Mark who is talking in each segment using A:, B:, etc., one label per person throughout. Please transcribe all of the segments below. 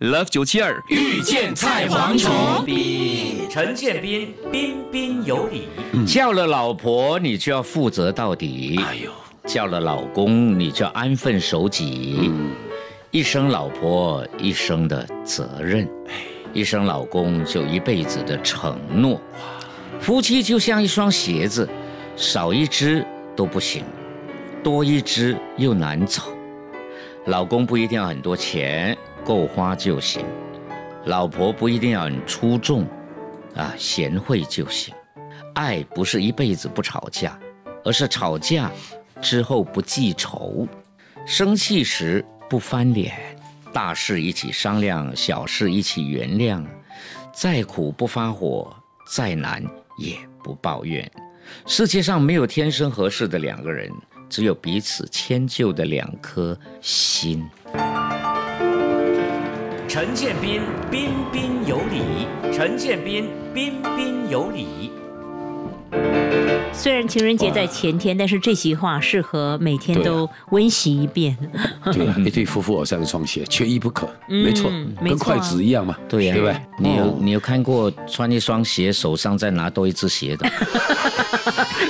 A: Love 九七二
B: 遇见菜蝗虫。
C: 陈建斌，彬彬有礼。
B: 叫了老婆，你就要负责到底；
A: 哎呦，
B: 叫了老公，你就要安分守己。
C: 嗯
B: 一生老婆，一生的责任；
C: 哎
B: 一生老公，就一辈子的承诺。夫妻就像一双鞋子，少一只都不行，多一只又难走。老公不一定要很多钱，够花就行；老婆不一定要很出众，啊，贤惠就行。爱不是一辈子不吵架，而是吵架之后不记仇，生气时不翻脸，大事一起商量，小事一起原谅，再苦不发火，再难也不抱怨。世界上没有天生合适的两个人，只有彼此迁就的两颗心。
C: 陈建斌，彬彬有礼。陈建斌，彬彬有礼。
D: 虽然情人节在前天，但是这席话适合每天都
E: 啊
D: 温习一遍。
E: 对啊，一对夫妇偶像一双鞋，缺一不可，
D: 嗯
E: 没错，
D: 没
E: 跟
D: 错啊
E: 筷子一样嘛，
B: 对呀、
E: 对不对？
B: 你有、
E: 哦
B: 你有看过穿一双鞋，手上再拿多一只鞋 的？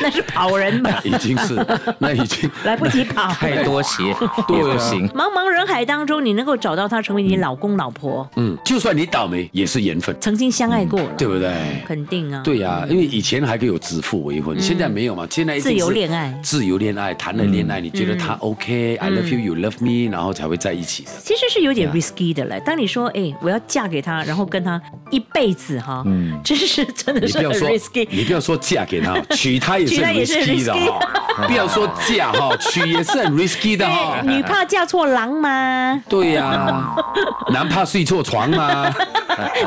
D: 那是跑人吧，
E: 已经是， 那已经
D: 来不及跑。
B: 太多鞋也
E: 对啊
B: 不行。
D: 茫茫人海当中，你能够找到他成为你老公老婆，
E: 嗯，就算你倒霉也是缘分，
D: 曾经相爱过了，
E: 嗯对不对？
D: 肯定啊。
E: 对呀、因为以前还可以有指腹为婚，现在没有嘛，现在一定
D: 嗯自由
E: 是
D: 恋爱嗯
E: 自由恋爱，谈了恋爱，你觉得他 OK，I、love you，you love me，然后才会在一起的。
D: 其实是有点
E: 啊
D: risky 的嘞。当你说，哎，我要嫁给他，然后跟他一辈子哈，这是真的
E: 嗯你
D: 是
E: 不
D: 很
E: 要说
D: risky，。
E: 你不要说嫁给 他，娶他也
D: 娶
E: 是
D: 她
E: 很
D: 也是
E: risky 的哈。不要说嫁 哈，娶也是很 risky 的哈
D: 哎。女怕嫁错郎 吗？
E: 对呀、男怕睡错床嘛，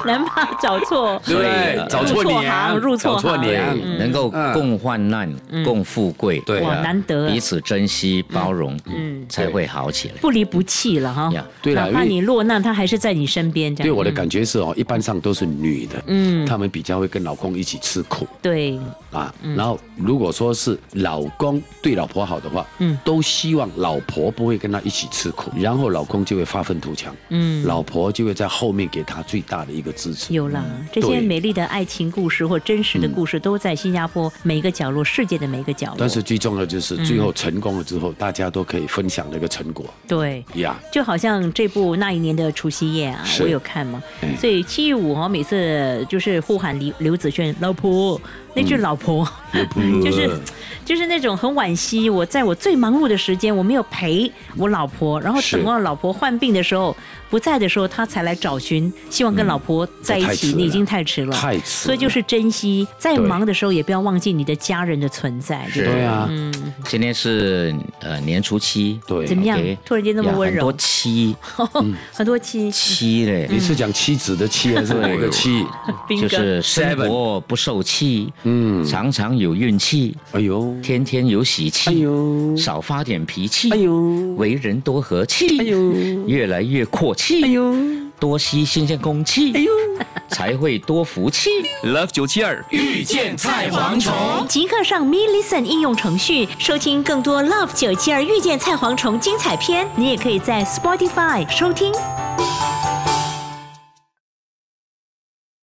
D: 男怕找错。
E: 对不 对？找错娘，
D: 入错行入错嗯
E: 找错
D: 行
E: 娘
B: 对，，能够共患难、共富贵，
E: 啊嗯对
D: 哇
E: 啊
D: 难得
B: 彼此珍惜、包容，嗯，才会好起来。
D: 不离不弃了哈
B: 呀，
E: 对啦
D: 哪怕
E: 因为
D: 你落难，他还是在你身边这
E: 对
D: 样。
E: 我的感觉是哦，一般上都是女的，嗯，她们比较会跟老公一起吃苦
D: 对，
E: 啊。
D: 嗯
E: 然后如果说是老公对老婆好的话，嗯，都希望老婆不会跟他一起吃苦，然后老公就会发愤图强，嗯，老婆就会在后面给他最大的一个支持。
D: 有啦，这些
E: 嗯对
D: 美丽的爱情故事或真实的故事，都在新加坡每一个角落，世界的每一个角落。
E: 但是最重要的就是最后成功了之后，大家都可以分享那个成果
D: 对，
E: 呀。
D: 就好像这部那一年的除夕夜啊，
E: 是哎
D: 我有看嘛，所以七一五哦，每次就是呼喊刘刘子轩老婆那句老婆，
E: 嗯
D: 就是就是那种很惋惜，我在我最忙碌的时间，我没有陪我老婆，然后
E: 是
D: 等到老婆患病的时候不在的时候，他才来找寻，希望跟老婆在一
E: 嗯太迟
D: 起，
E: 了
D: 你已经太迟了，
E: 太迟
D: 所以就是珍惜，在
E: 对
D: 忙的时候也不要忘记你的家人的存在。对不对
E: 对啊，
B: 今天是呃年初七，
E: 对
D: 怎么样
B: OK
D: 突然间那么
B: 呀
D: 温柔
B: 很多七
D: 很多期
B: 七嘞，
E: 你是讲妻子的妻还是
A: 哎
E: 哪个妻？
D: 兵哥
B: 就是生活不受气，嗯，常常有运气，
E: 哎呦，
B: 天天有喜气，
E: 哎呦，
B: 少发点脾气，
E: 哎呦，
B: 为人多和气，哎呦，越来越阔气，哎呦，多吸新鲜空气，哎呦，才会多福气。
A: Love 九七二
B: 遇见菜蝗虫。
D: 即刻上 Me Listen 应用程序收听更多 Love 九七二遇见菜蝗虫精彩片。你也可以在 Spotify 收听